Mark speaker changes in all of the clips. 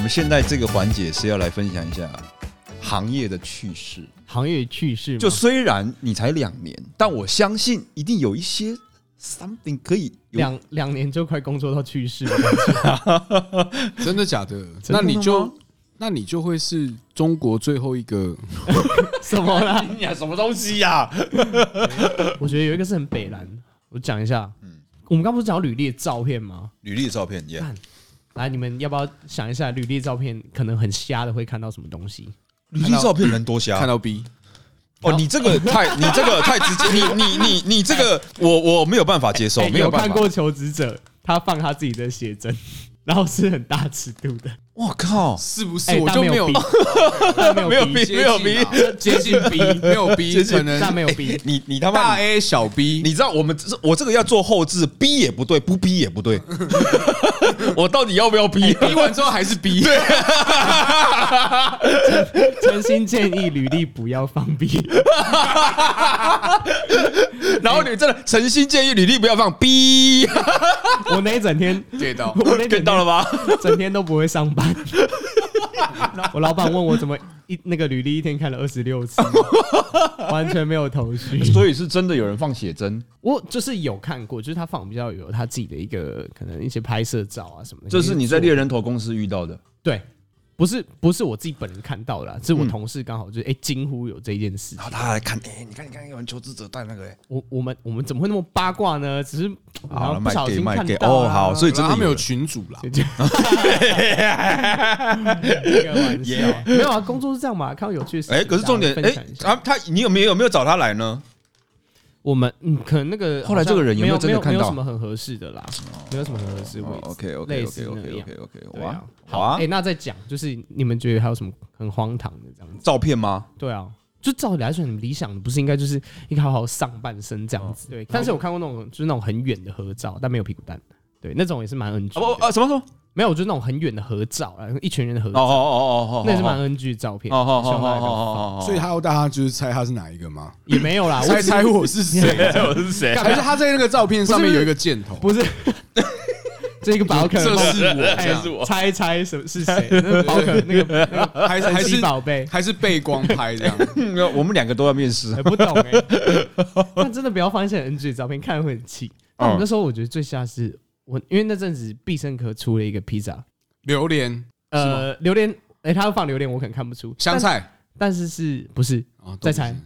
Speaker 1: 们现在这个环节是要来分享一下行业的趣事。
Speaker 2: 行业趣事吗，
Speaker 1: 就虽然你才两年，但我相信一定有一些 something 可以有
Speaker 2: 两两年就快工作到去世了。
Speaker 3: 真的假的？
Speaker 1: 真的
Speaker 3: 那
Speaker 1: 吗
Speaker 3: 你就那你就会是中国最后一个
Speaker 2: 什么啦？
Speaker 1: 哎呀，什么东西呀、
Speaker 2: 我觉得有一个是很北蓝，我讲一下。
Speaker 1: 嗯
Speaker 2: 我们刚不是讲到履历的照片吗？
Speaker 1: 履历的照片耶
Speaker 2: 看来，你们要不要想一下履历照片可能很瞎的会看到什么东西？
Speaker 1: 履历照片能多瞎
Speaker 3: 看到 B，
Speaker 1: 哦！你这个太，你这个太直接，你你你你这个，我我没有办法接受，
Speaker 2: 哎
Speaker 1: 没有办
Speaker 2: 看
Speaker 1: 法。
Speaker 2: 过求职者他放他自己的写真，然后是很大尺度的，
Speaker 1: 我靠，
Speaker 3: 是不是？
Speaker 2: 哎，
Speaker 3: 我
Speaker 2: 但
Speaker 3: 就
Speaker 2: 没
Speaker 3: 没有
Speaker 2: 逼，但没
Speaker 1: 没有
Speaker 2: 有
Speaker 1: 逼
Speaker 2: 逼，
Speaker 3: 接近啊
Speaker 1: 没有
Speaker 3: 接近 B，没有 B，
Speaker 1: 接近
Speaker 3: 可能
Speaker 2: 但没有逼。
Speaker 1: 你你他
Speaker 3: 大
Speaker 1: 妈，
Speaker 3: A 小 B，
Speaker 1: 你知道我们这我这个要做后置逼也不对，不逼也不对， 我到底要不要逼？
Speaker 3: 逼完之后还是 B，
Speaker 2: 诚心建议履历不要放逼，
Speaker 1: 然后你真的诚心建议履历不要放逼，
Speaker 2: 我那一整 天，
Speaker 3: 对到
Speaker 2: 我那一整天
Speaker 1: 哦看到了吧？
Speaker 2: 整天都不会上班。 我老板问我怎么一那个履历一天看了二十六 次，完全没有头绪。
Speaker 1: 所以是真的有人放写真，
Speaker 2: 我就是有看过，就是他放比较有他自己的一个可能一些拍摄照啊什么的。
Speaker 1: 这是你在
Speaker 2: 练
Speaker 1: 猎人头公司遇到的。
Speaker 2: 对，不是不是我自己本人看到的
Speaker 1: 嗯
Speaker 2: 啦，是我同事刚好就是哎、诶惊呼有这件事
Speaker 1: 然。后他来看，哎、你看，你看，有人求职者带那个、哎，
Speaker 2: 我我们我们怎么会那么八卦呢？只是
Speaker 1: 好了，
Speaker 2: 好像不
Speaker 1: 卖
Speaker 2: 小
Speaker 1: 给
Speaker 2: 心
Speaker 1: 卖
Speaker 2: 看
Speaker 1: 给，
Speaker 2: 到啊、
Speaker 1: 哦，好，所以真的
Speaker 3: 他们有
Speaker 1: 人
Speaker 3: 群主啦，
Speaker 2: 就这样 开个 玩笑，没有啊，工作是这样嘛，看到有趣的事情。
Speaker 1: 哎、可是重点，
Speaker 2: 大
Speaker 1: 哎、
Speaker 2: 家分享一下
Speaker 1: 啊，他你有没有有没有找他来呢？
Speaker 2: 我们嗯，可能那个
Speaker 1: 后来这个人有
Speaker 2: 有
Speaker 1: 没有
Speaker 2: 有
Speaker 1: 真的看
Speaker 2: 没
Speaker 1: 到
Speaker 2: 有什么很合适的啦，没有什么很合适的位
Speaker 1: 哦
Speaker 2: 置。类似那样
Speaker 1: ，OK，OK，OK，OK，OK，
Speaker 2: 对
Speaker 1: 哇
Speaker 2: 啊，
Speaker 1: 好啊
Speaker 2: 哎、，那再讲，就是你们觉得还有什么很荒唐的这样子？
Speaker 1: 照片吗？
Speaker 2: 对啊，就照理来说，你们理想的不是应该就是一个好好上半身这样
Speaker 1: 哦
Speaker 2: 子？对。但是我看过那种就是那种很远的合照，但没有屁股蛋，对，那种也是蛮 NG 的。
Speaker 1: 哦哦，什么什么？
Speaker 2: 没有，就是那种很远的合照啊，一群人的合
Speaker 1: 哦哦
Speaker 2: 照，
Speaker 1: 哦哦哦，
Speaker 2: 那也是蛮 NG 的照片。
Speaker 1: 哦哦哦
Speaker 2: 希望大家不要
Speaker 1: 哦哦，
Speaker 3: 所以他要大家就是猜他是哪一个吗？
Speaker 2: 也没有啦，啊我
Speaker 3: 猜猜我是谁？
Speaker 1: 这我是谁？
Speaker 3: 还是他在那个照片上面有一个箭头？
Speaker 2: 不是 这个宝可
Speaker 3: 这
Speaker 2: 梦。
Speaker 3: 是我，
Speaker 1: 哎
Speaker 3: 这样
Speaker 1: 是我
Speaker 2: 猜猜什么是 谁？那个宝可那个那个
Speaker 3: 还是还
Speaker 2: 神奇
Speaker 3: 是
Speaker 2: 宝贝，
Speaker 3: 还是背光拍这样？
Speaker 1: 我们两个都要面试
Speaker 2: 哎，不懂 哎、但真的不要放一些 NG 的照片，看了会很
Speaker 3: 哦
Speaker 2: 气。但我那时候我觉得最吓是我，因为那阵子必胜客出了一个披萨，
Speaker 3: 榴莲、
Speaker 2: 呃，榴莲，哎、他要放榴莲，我可能看不出
Speaker 3: 香，菜
Speaker 2: 但但是是不是？
Speaker 3: 啊，
Speaker 2: 再
Speaker 3: 都不
Speaker 2: 猜
Speaker 3: 行，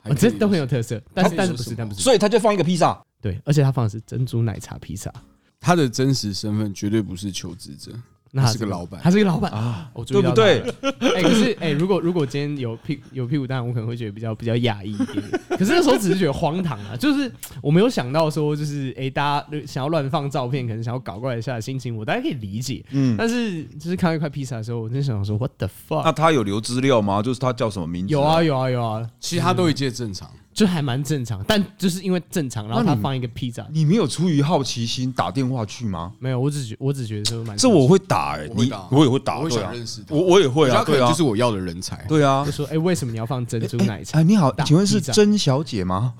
Speaker 3: 还
Speaker 2: 哦、
Speaker 3: 可以
Speaker 2: 这都很有特色，但
Speaker 3: 还可
Speaker 2: 是
Speaker 3: 以
Speaker 2: 但是
Speaker 3: 说
Speaker 2: 不是，
Speaker 3: 什么
Speaker 2: 但不是，
Speaker 1: 所以他就放一个披萨，
Speaker 2: 对，而且他放的是珍珠奶茶披萨，
Speaker 3: 他的真实身份绝对不是求职者，
Speaker 2: 那
Speaker 3: 他
Speaker 2: 他
Speaker 3: 是个老板
Speaker 2: 他是个老板
Speaker 1: 啊，
Speaker 2: 我
Speaker 1: 对
Speaker 2: 注意到
Speaker 1: 不
Speaker 2: 他
Speaker 1: 对
Speaker 2: 了？？ 哎、可是哎、如果如果今天有屁有屁股蛋，我可能会觉得比较比较讶异一 点点。可是那时候只是觉得荒唐啊，就是我没有想到说，就是哎、大家想要乱放照片，可能想要搞怪一下的心情，我大家可以理解。
Speaker 1: 嗯，啊
Speaker 2: 但是就是看到一块披萨的时候，我真想说，what the
Speaker 1: 那
Speaker 2: fuck？
Speaker 1: 他有留资料吗？就是他叫什么名字？
Speaker 2: 有啊，有啊有啊，
Speaker 3: 其他都一切正常。
Speaker 1: 嗯
Speaker 2: 就还蛮正常，但就是因为正常，然后
Speaker 1: 那
Speaker 2: 他
Speaker 1: 你
Speaker 2: 放一个披萨，
Speaker 1: 你没有出于好奇心打电话去吗？
Speaker 2: 没有，我只觉我只觉得说蛮
Speaker 1: 这我会打哎、
Speaker 3: 我会
Speaker 1: 你
Speaker 3: 打
Speaker 1: 我也会打，
Speaker 3: 我会
Speaker 1: 对
Speaker 3: 想
Speaker 1: 啊
Speaker 3: 认识，他
Speaker 1: 我我也会啊，
Speaker 3: 他可
Speaker 1: 对
Speaker 3: 能
Speaker 1: 啊
Speaker 3: 就，是我要的人才。
Speaker 1: 对啊
Speaker 2: 就。说哎、为什么你要放珍珠奶茶？
Speaker 1: 哎，你好，
Speaker 2: 打
Speaker 1: 请问是
Speaker 2: 地藏
Speaker 1: 甄小姐吗？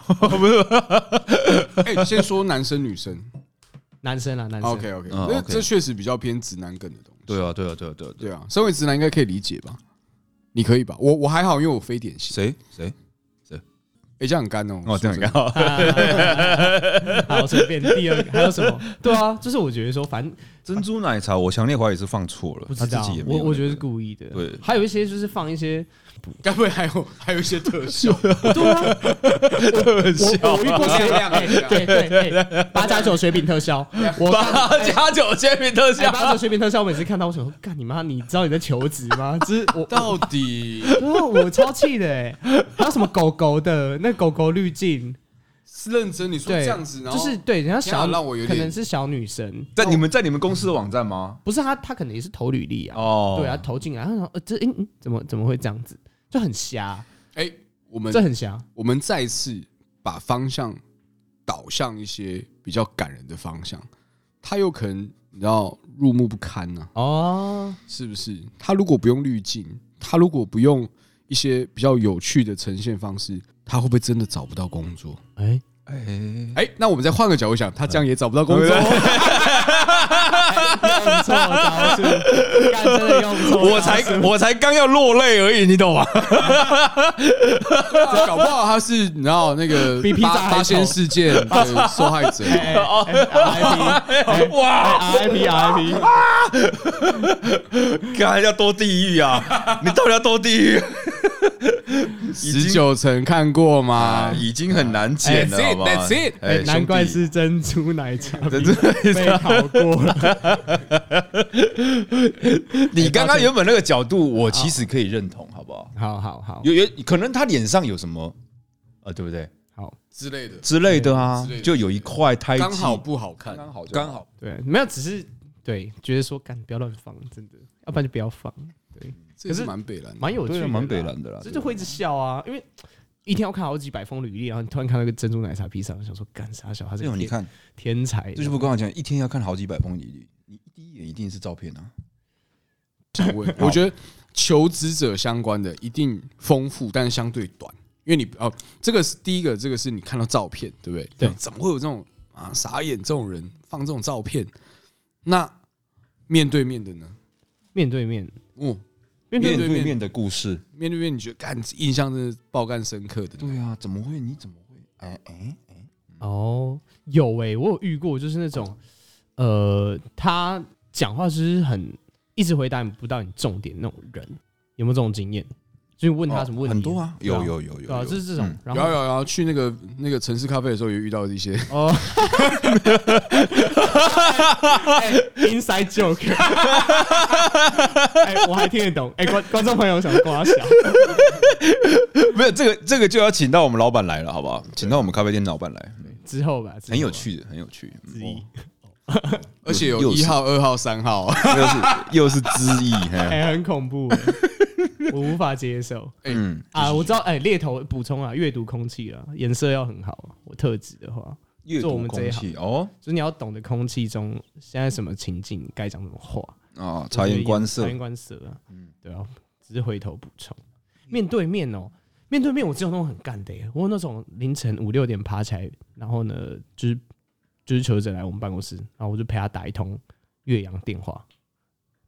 Speaker 3: 哎，先说男生女 生
Speaker 2: 男生啊男生
Speaker 3: ，OK OK，
Speaker 1: 嗯
Speaker 3: 那
Speaker 1: OK
Speaker 3: 这确实比较偏直男梗的东西。
Speaker 1: 对啊，对啊，对啊，对啊，对啊。
Speaker 3: 对啊，身为直男应该可以理解吧？你可以吧？我我还好，因为我非典型。
Speaker 1: 谁谁？
Speaker 3: 哎，这样很干哦。
Speaker 1: 哦，这样
Speaker 3: 说真的
Speaker 1: 刚。好。
Speaker 2: 啊 好，随便第二个还有什 么？对啊，就是我觉得说，反正
Speaker 1: 珍珠奶茶，我强烈怀疑是放错了，
Speaker 2: 不
Speaker 1: 他
Speaker 2: 知
Speaker 1: 自
Speaker 2: 道
Speaker 1: 己也，没有
Speaker 2: 我我觉得
Speaker 1: 那
Speaker 2: 是
Speaker 1: 个
Speaker 2: 故意的。
Speaker 1: 对
Speaker 2: 还有一些就是放一些，
Speaker 3: 该不会还有 还有一些特 效？
Speaker 2: 对啊，我我遇过谁？
Speaker 3: 亮
Speaker 2: 哎
Speaker 3: 亮
Speaker 2: 对对对，八加九水饼特效，我干
Speaker 1: 八加九煎饼特
Speaker 2: 哎八加九水饼特效，我每次看到我想说，干你妈，你知道你在求职吗？就是我。
Speaker 3: 到底
Speaker 2: 对啊我超气的哎、还有什么狗狗的那狗狗滤镜，
Speaker 3: 是认真？你说
Speaker 2: 对，
Speaker 3: 这样子，然后
Speaker 2: 就是对人家
Speaker 3: 天啊
Speaker 2: 小，
Speaker 3: 让我有
Speaker 2: 可
Speaker 3: 点
Speaker 2: 能是小女生，
Speaker 1: 在你们在你们公司的网站吗？
Speaker 2: 不是她，她可能也是投履历啊，
Speaker 1: 哦，
Speaker 2: 对啊，，投进来，然后想呃这嗯嗯怎么怎么会这样子，就很瞎，
Speaker 3: 哎，我们
Speaker 2: 这很瞎，
Speaker 3: 我们再次把方向导向一些比较感人的方向，他有可能你知道入目不堪呐、
Speaker 2: 哦，
Speaker 3: 是不是？他如果不用滤镜，他如果不用一些比较有趣的呈现方式，他会不会真的找不到工作？
Speaker 2: 哎，
Speaker 1: 哎，
Speaker 3: 哎，那我们再换个角度想，他这样也找不到工作。
Speaker 2: 用错招数，干真的用错，
Speaker 1: 我 才我才刚要落泪而已，你懂吗？
Speaker 3: 搞不好他是你知道那个
Speaker 2: 比披萨还
Speaker 3: 八八仙
Speaker 2: 丑
Speaker 3: 事件的受害者。
Speaker 2: RIP
Speaker 1: 哇，
Speaker 2: RIP RIP，
Speaker 1: 干要多地狱 啊！你到底要多地狱？啊经哎
Speaker 3: 十九层看过吗？
Speaker 1: 啊已经很难剪了，
Speaker 3: That's it,
Speaker 1: 好不好
Speaker 3: that's it
Speaker 1: 哎
Speaker 2: 难怪
Speaker 1: 兄弟
Speaker 2: 是珍珠奶茶
Speaker 1: 珍珠奶
Speaker 2: 被考过了，
Speaker 1: 你刚刚原本那个角度，我其实可以认同，好不好？
Speaker 2: 好好好
Speaker 1: 有有可能他脸上有什么啊，对不对
Speaker 2: 好，
Speaker 3: 之类的，
Speaker 1: 之类的啊
Speaker 3: 之类，的
Speaker 1: 就有一块胎记
Speaker 3: 刚好不好看，
Speaker 1: 刚好就
Speaker 3: 刚好。
Speaker 2: 对，没有，只是对，觉得说干不要乱放，真的，要不然就不要放，对，
Speaker 3: 这也
Speaker 2: 可
Speaker 3: 是
Speaker 2: 是
Speaker 3: 蛮北蓝的，
Speaker 2: 蛮有趣
Speaker 1: 对
Speaker 2: 的
Speaker 1: 啊，
Speaker 2: 啦，
Speaker 1: 蛮北蓝的啦，
Speaker 2: 这就会一直笑啊，因为一天要看好几百封履历，然后你突然看到一个珍珠奶茶披萨，我想说干啥小孩
Speaker 1: 这
Speaker 2: 这
Speaker 1: 种你看，
Speaker 2: 天才，
Speaker 1: 这就不跟我讲，一天要看好几百封履历，你第一眼一定是照片啊，
Speaker 3: 我我觉得求职者相关的一定丰富，但是相对短，因为你哦，这个是第一个，这个是你看到照片，对不对？
Speaker 2: 对
Speaker 3: 怎么会有这种啊傻眼这种人放这种照片？那面对面的呢？
Speaker 2: 面对面，
Speaker 1: 嗯
Speaker 3: 哦，
Speaker 2: 面对
Speaker 1: 面
Speaker 2: 面
Speaker 1: 对面的故事。
Speaker 3: 面对面你觉得干印象真的爆干深刻的，
Speaker 1: 对啊，怎么会？你怎么会？哎哎哎，
Speaker 2: 哦，有诶、我有遇过，就是那种呃，他讲话就是很一直回答你不到你重点那种人，有没有这种经验？就是问他什么问题、
Speaker 1: 很多啊，
Speaker 2: 对
Speaker 1: 有有有有
Speaker 2: 对啊，
Speaker 1: 有，
Speaker 2: 就是这种，
Speaker 1: 嗯
Speaker 2: 然
Speaker 3: 有啊
Speaker 2: 后
Speaker 3: 有啊有啊，去那个那个城市咖啡的时候也遇到一些，
Speaker 2: 哦哎，inside joke，哎、我还听得懂，哎、观观众朋友想刮小，
Speaker 1: 没有这个这个就要请到我们老板来了，好不好？请到我们咖啡店老板来，
Speaker 2: 之后吧，之后吧
Speaker 1: 很有，趣的，很有趣。嗯
Speaker 2: 之一，
Speaker 3: 而且有
Speaker 1: 又是
Speaker 3: 一号、二号、三号，
Speaker 1: 哦又是又是知意，嘿
Speaker 2: 哎、很恐怖欸、我无法接受。
Speaker 1: 嗯，
Speaker 2: 啊，我知道，哎、猎头补充啊，阅读空气啊，颜色要很好。啊我特指的话，
Speaker 1: 阅
Speaker 2: 做我
Speaker 1: 读
Speaker 2: 们这
Speaker 1: 空
Speaker 2: 一
Speaker 1: 气哦
Speaker 2: 就是你要懂得空气中现在什么情境该讲什么话，
Speaker 1: 啊，察言观
Speaker 2: 察
Speaker 1: 色嗯
Speaker 2: 言观色啊，对啊，只是回头补充。面对面哦，面对面我只有那种很干的、欸，我有那种凌晨五六点爬起来，然后呢，就是就是求职者来我们办公室，然后我就陪他打一通岳阳电话，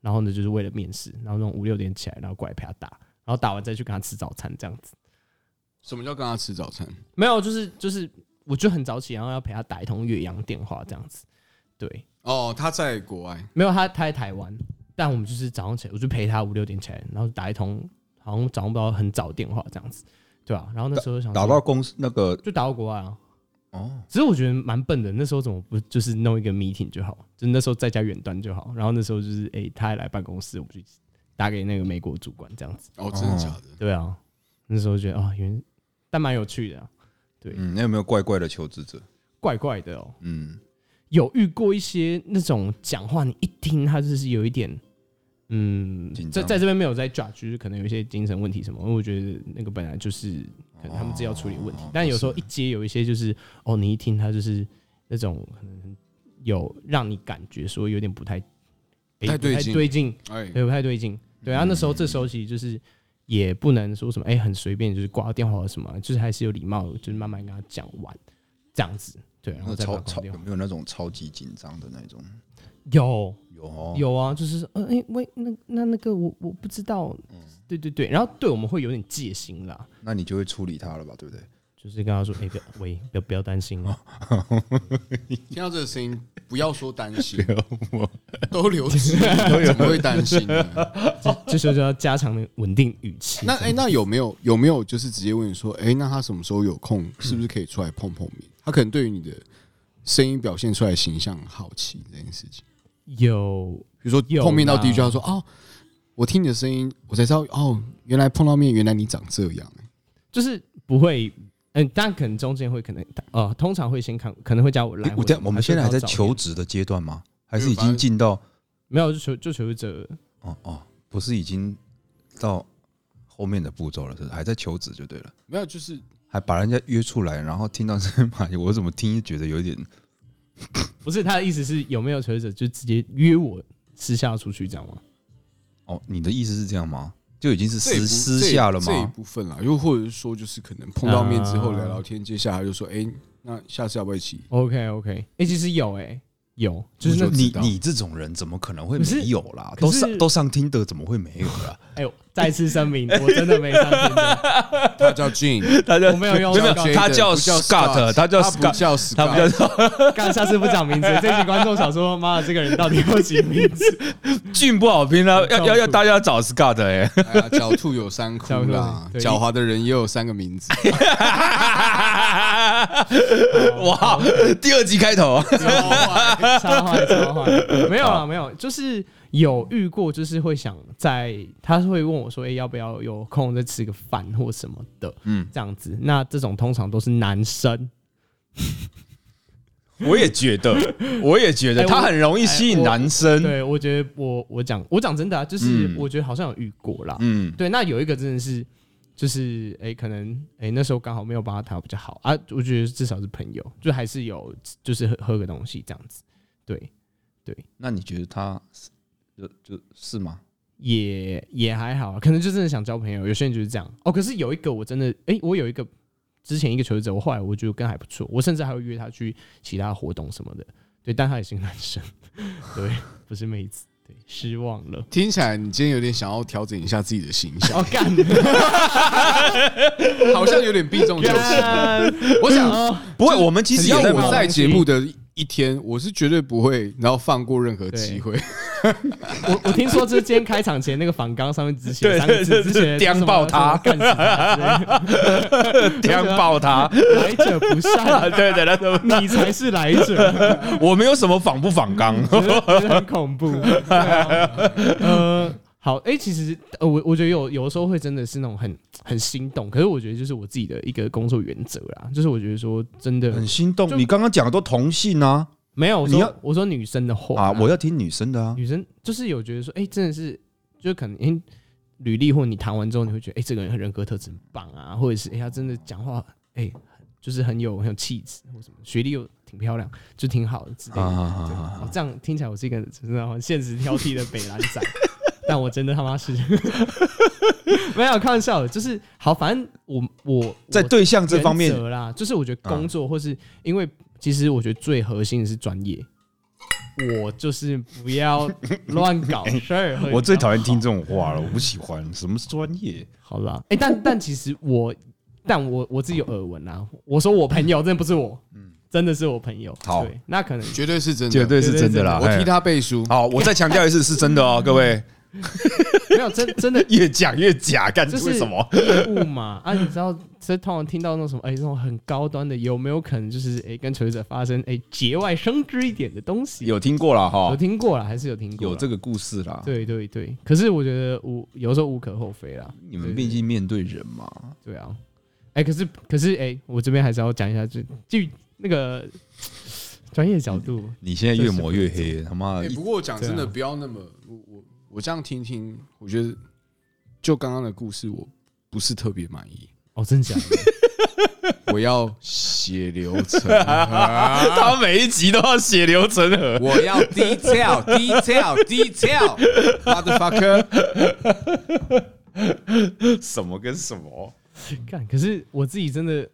Speaker 2: 然后呢就是为了面试，然后那种五六点起来，然后过来陪他打，然后打完再去跟他吃早餐这样子。
Speaker 3: 什么叫跟他吃早餐？
Speaker 2: 没有，就是就是，我就很早起，然后要陪他打一通岳阳电话这样子。对，
Speaker 3: 哦，他在国外，
Speaker 2: 没有他他在台湾，但我们就是早上起来，我就陪他五六点起来，然后打一通，好像早上不知道很早的电话这样子，对啊，然后那时候想说
Speaker 1: 打到公司那个
Speaker 2: 就打到国外啊。
Speaker 1: 哦，
Speaker 2: 只是我觉得蛮笨的，那时候怎么不就是弄一个 meeting 就好，就那时候在家远端就好。然后那时候就是，哎、他也来办公室，我们就打给那个美国主管这样子。
Speaker 3: 哦，真的假的？
Speaker 2: 对啊，那时候觉得啊、原但蛮有趣的、啊，
Speaker 1: 嗯，那有没有怪怪的求职者？
Speaker 2: 怪怪的哦、
Speaker 1: 嗯，
Speaker 2: 有遇过一些那种讲话，你一听他就是有一点，嗯
Speaker 1: 紧，
Speaker 2: 在
Speaker 1: 张
Speaker 2: 在这边没有在 judge，就是可能有一些精神问题什么，因为我觉得那个本来就是可能他们自己要处理的问题，但有时候一接有一些就是哦，你一听他就是那种可能有让你感觉说有点不太
Speaker 3: 不太对
Speaker 2: 不
Speaker 3: 劲
Speaker 2: 对劲，
Speaker 3: 哎，
Speaker 2: 对，不太对劲。对啊，那时候这时候其实就是也不能说什么，哎、很随便，就是挂电话或什么，就是还是有礼貌，就是慢慢跟他讲完这样子。对，然后
Speaker 1: 那
Speaker 2: 再
Speaker 1: 超
Speaker 2: 挂
Speaker 1: 超
Speaker 2: 电
Speaker 1: 有
Speaker 2: 话。
Speaker 1: 没有那种超级紧张的那种？
Speaker 2: 有
Speaker 1: 有哦，
Speaker 2: 有啊，就是呃，哎、喂，那那那个我我不知道，
Speaker 1: 嗯
Speaker 2: 对对对，然后对我们会有点戒心啦，
Speaker 1: 那你就会处理他了吧，对不对？
Speaker 2: 就是跟他说，哎、不要喂，不要不要担心啊，
Speaker 3: 听到这个声音，不要说担 心， 都留职，怎么会担心 呢？
Speaker 2: 这时候 就要加强的稳定语气。
Speaker 3: 那哎、那有没有有没有就是直接问你说，哎、那他什么时候有空，是不是可以出来碰碰面？他可能对于你的声音表现出来的形象很好奇这件事情。
Speaker 2: 有
Speaker 3: 比如说
Speaker 2: 有
Speaker 3: 碰面到
Speaker 2: 啦
Speaker 3: 第一句，他说，哦，我听你的声音，我才知道，哦，原来碰到面，原来你长这样。
Speaker 2: 就是不会，嗯、但可能中间会可能呃，通常会先看，可能会加我来。
Speaker 1: 我
Speaker 2: 或者
Speaker 1: 我们现在还在求职的阶段吗？还是已经进到
Speaker 2: 没有就求就求者
Speaker 1: 哦哦，不是已经到后面的步骤了，是不是还在求职就对了，
Speaker 3: 没有，就是
Speaker 1: 还把人家约出来，然后听到这嘛，我怎么听觉得有点
Speaker 2: 不是他的意思是有没有求职者就直接约我私下出去这样吗？
Speaker 1: 哦？你的意思是这样吗？就已经是
Speaker 3: 这一
Speaker 1: 私
Speaker 3: 部
Speaker 1: 私
Speaker 3: 这一
Speaker 1: 下了
Speaker 3: 这一
Speaker 1: 吗？啊
Speaker 3: 部分啦，又或者是说，就是可能碰到面之后聊聊天，接下来就说，哎、那下次要不要一起？
Speaker 2: OK OK，哎、其实有哎、有，就是那
Speaker 3: 我就
Speaker 1: 你
Speaker 3: 知道
Speaker 1: 你这种人怎么可能会
Speaker 2: 可是
Speaker 1: 没有啦？
Speaker 2: 可
Speaker 1: 都
Speaker 2: 是
Speaker 1: 上都上听的，怎么会没有 啦？
Speaker 2: 哎呦，再次声明，我真的没上听的，
Speaker 3: 他叫 Jane，
Speaker 1: 他叫
Speaker 2: 我没有用
Speaker 1: 没有
Speaker 2: 广告
Speaker 1: 没有，他叫
Speaker 3: 不叫
Speaker 1: Scott，他叫
Speaker 3: 他不
Speaker 1: Scott，
Speaker 3: 叫
Speaker 1: 他
Speaker 3: Scott，
Speaker 1: 不叫
Speaker 2: 干下次不 讲名字，这集观众想说，妈的，这个人到底有几名字？
Speaker 1: 俊不好拼啦，
Speaker 2: 叫
Speaker 1: 要要要
Speaker 2: 出
Speaker 1: 大家找 Scott 哎，
Speaker 3: 哎呀 狡兔有三窟
Speaker 2: 狡兔有
Speaker 3: 啦
Speaker 2: 三，对
Speaker 3: 狡猾的人也有三个名 字。
Speaker 1: 哎 哇，第二集开头，
Speaker 2: 超坏，超坏，没有啊，没有，就是有遇过，就是会想在，他会问我说，哎、要不要有空再吃个饭或什么的，嗯，这样子。那这种通常都是男生，
Speaker 1: 我也觉得，我也觉得
Speaker 2: 哎我
Speaker 1: 他很容易吸
Speaker 2: 哎
Speaker 1: 引
Speaker 2: 我
Speaker 1: 男生，
Speaker 2: 对我觉得我我讲我讲真的啊，就是
Speaker 1: 嗯
Speaker 2: 我觉得好像有遇过啦，
Speaker 1: 嗯，
Speaker 2: 对，那有一个真的是，就是哎、诶可能哎、诶那时候刚好没有帮他谈比较好啊，我觉得至少是朋友，就还是有就是喝喝个东西这样子，对，
Speaker 1: 那你觉得他是就就是吗？
Speaker 2: 也也还好啊，可能就真的想交朋友，有些人就是这样哦。可是有一个我真的哎、诶我有一个之前一个求职者，我后来我觉得跟还不错，我甚至还会约他去其他活动什么的，对，但他也是个男生， 对，不是妹子，对，失望了。
Speaker 3: 听起来你今天有点想要调整一下自己的形象，
Speaker 2: 哦，干！
Speaker 3: 好像有点避重 就
Speaker 1: 啊
Speaker 3: 轻。
Speaker 2: 干
Speaker 3: 我想，
Speaker 2: 哦
Speaker 1: 嗯不会，我们其
Speaker 3: 只
Speaker 1: 实
Speaker 3: 要
Speaker 1: 也在
Speaker 3: 我
Speaker 1: 忙
Speaker 3: 在节目的一天，我是绝对不会然后放过任何机会。
Speaker 2: 我我听说，就是今天开场前那个反纲上面只写
Speaker 1: 对
Speaker 2: 三个字，
Speaker 1: 对
Speaker 2: 只
Speaker 1: 对
Speaker 2: 写
Speaker 1: 刁
Speaker 2: 什么
Speaker 1: 爆他
Speaker 2: 什么干死他
Speaker 1: 刁爆 他，
Speaker 2: 之类的，来者不善，
Speaker 1: 对对对，
Speaker 2: 你才是来者，
Speaker 1: 我没有什么仿不仿刚，
Speaker 2: 觉得觉得很 恐怖。对啊呃，好，哎，其实呃我我觉得有有的时候会真的是那种很很心动，可是我觉得就是我自己的一个工作原则啦，就是我觉得说真的
Speaker 1: 很心动
Speaker 2: 就。
Speaker 1: 你刚刚讲的都同性啊
Speaker 2: 没有，我
Speaker 1: 嗯你要
Speaker 2: 说我说女生的话
Speaker 1: 啊，我要听女生的啊，
Speaker 2: 女生就是有觉得说，哎、真的是，就可能因为履历或你谈完之后，你会觉得，哎、这个人人格特质很棒啊，或者是，哎、他真的讲话，哎、就是很有很有气质，或什么，学历又挺漂亮，就挺好的之类的。
Speaker 1: 啊啊
Speaker 2: 对
Speaker 1: 啊啊
Speaker 2: 哦这样听起来我是一个真的很现实挑剔的北兰仔， 但我真的他妈是 没有开玩笑的，就是好，反正我我
Speaker 1: 在
Speaker 2: 我
Speaker 1: 对象这方面
Speaker 2: 原，则啦，就是我觉得工作或是因为其实我觉得最核心的是专业。我就是不要乱搞 事儿。
Speaker 1: 我最讨厌听
Speaker 2: 众。
Speaker 1: 这种话了，我不喜欢。什么专业？
Speaker 2: 好啦，哎、但但其实我，但我我自己有耳闻啊。我说我朋友，真的不是我，真的是我朋友。
Speaker 1: 嗯好
Speaker 2: 对，那可能
Speaker 3: 绝对是真的，
Speaker 1: 绝对是真的啦。
Speaker 3: 我替
Speaker 1: 嘿
Speaker 3: 他背书。
Speaker 1: 好，我再强调一次，是真的哦，各位，
Speaker 2: 没有真真的
Speaker 1: 越讲越假，干
Speaker 2: 就是
Speaker 1: 为什么？
Speaker 2: 业务嘛啊，你知道，这通常听到那种什么，哎、这种很高端的，有没有可能就是哎、跟求职者发生哎、节外生枝一点的东西？
Speaker 1: 有听过了
Speaker 2: 有
Speaker 1: 哈，
Speaker 2: 听过了，还是有听过啦？
Speaker 1: 有这个故事啦。
Speaker 2: 对对对，可是我觉得无有时候无可厚非啦。
Speaker 1: 你们毕竟面对人嘛，
Speaker 2: 对啊，哎、可是可是哎、我这边还是要讲一下，就就那个 专业角度，
Speaker 1: 你现在越抹越黑，他妈
Speaker 3: 哎，
Speaker 1: 一
Speaker 3: 不过讲真
Speaker 2: 对
Speaker 3: 的，
Speaker 2: 啊
Speaker 3: 不要那么我我我这样听听，我觉得就刚刚的故事，我不是特别满意。
Speaker 2: 哦，真假的？
Speaker 3: 我要血流成
Speaker 1: 他每一集都要血流成河。
Speaker 3: 我要 detail detail detail motherfucker。
Speaker 1: 什么跟什么？
Speaker 2: 干，可是我自己真的，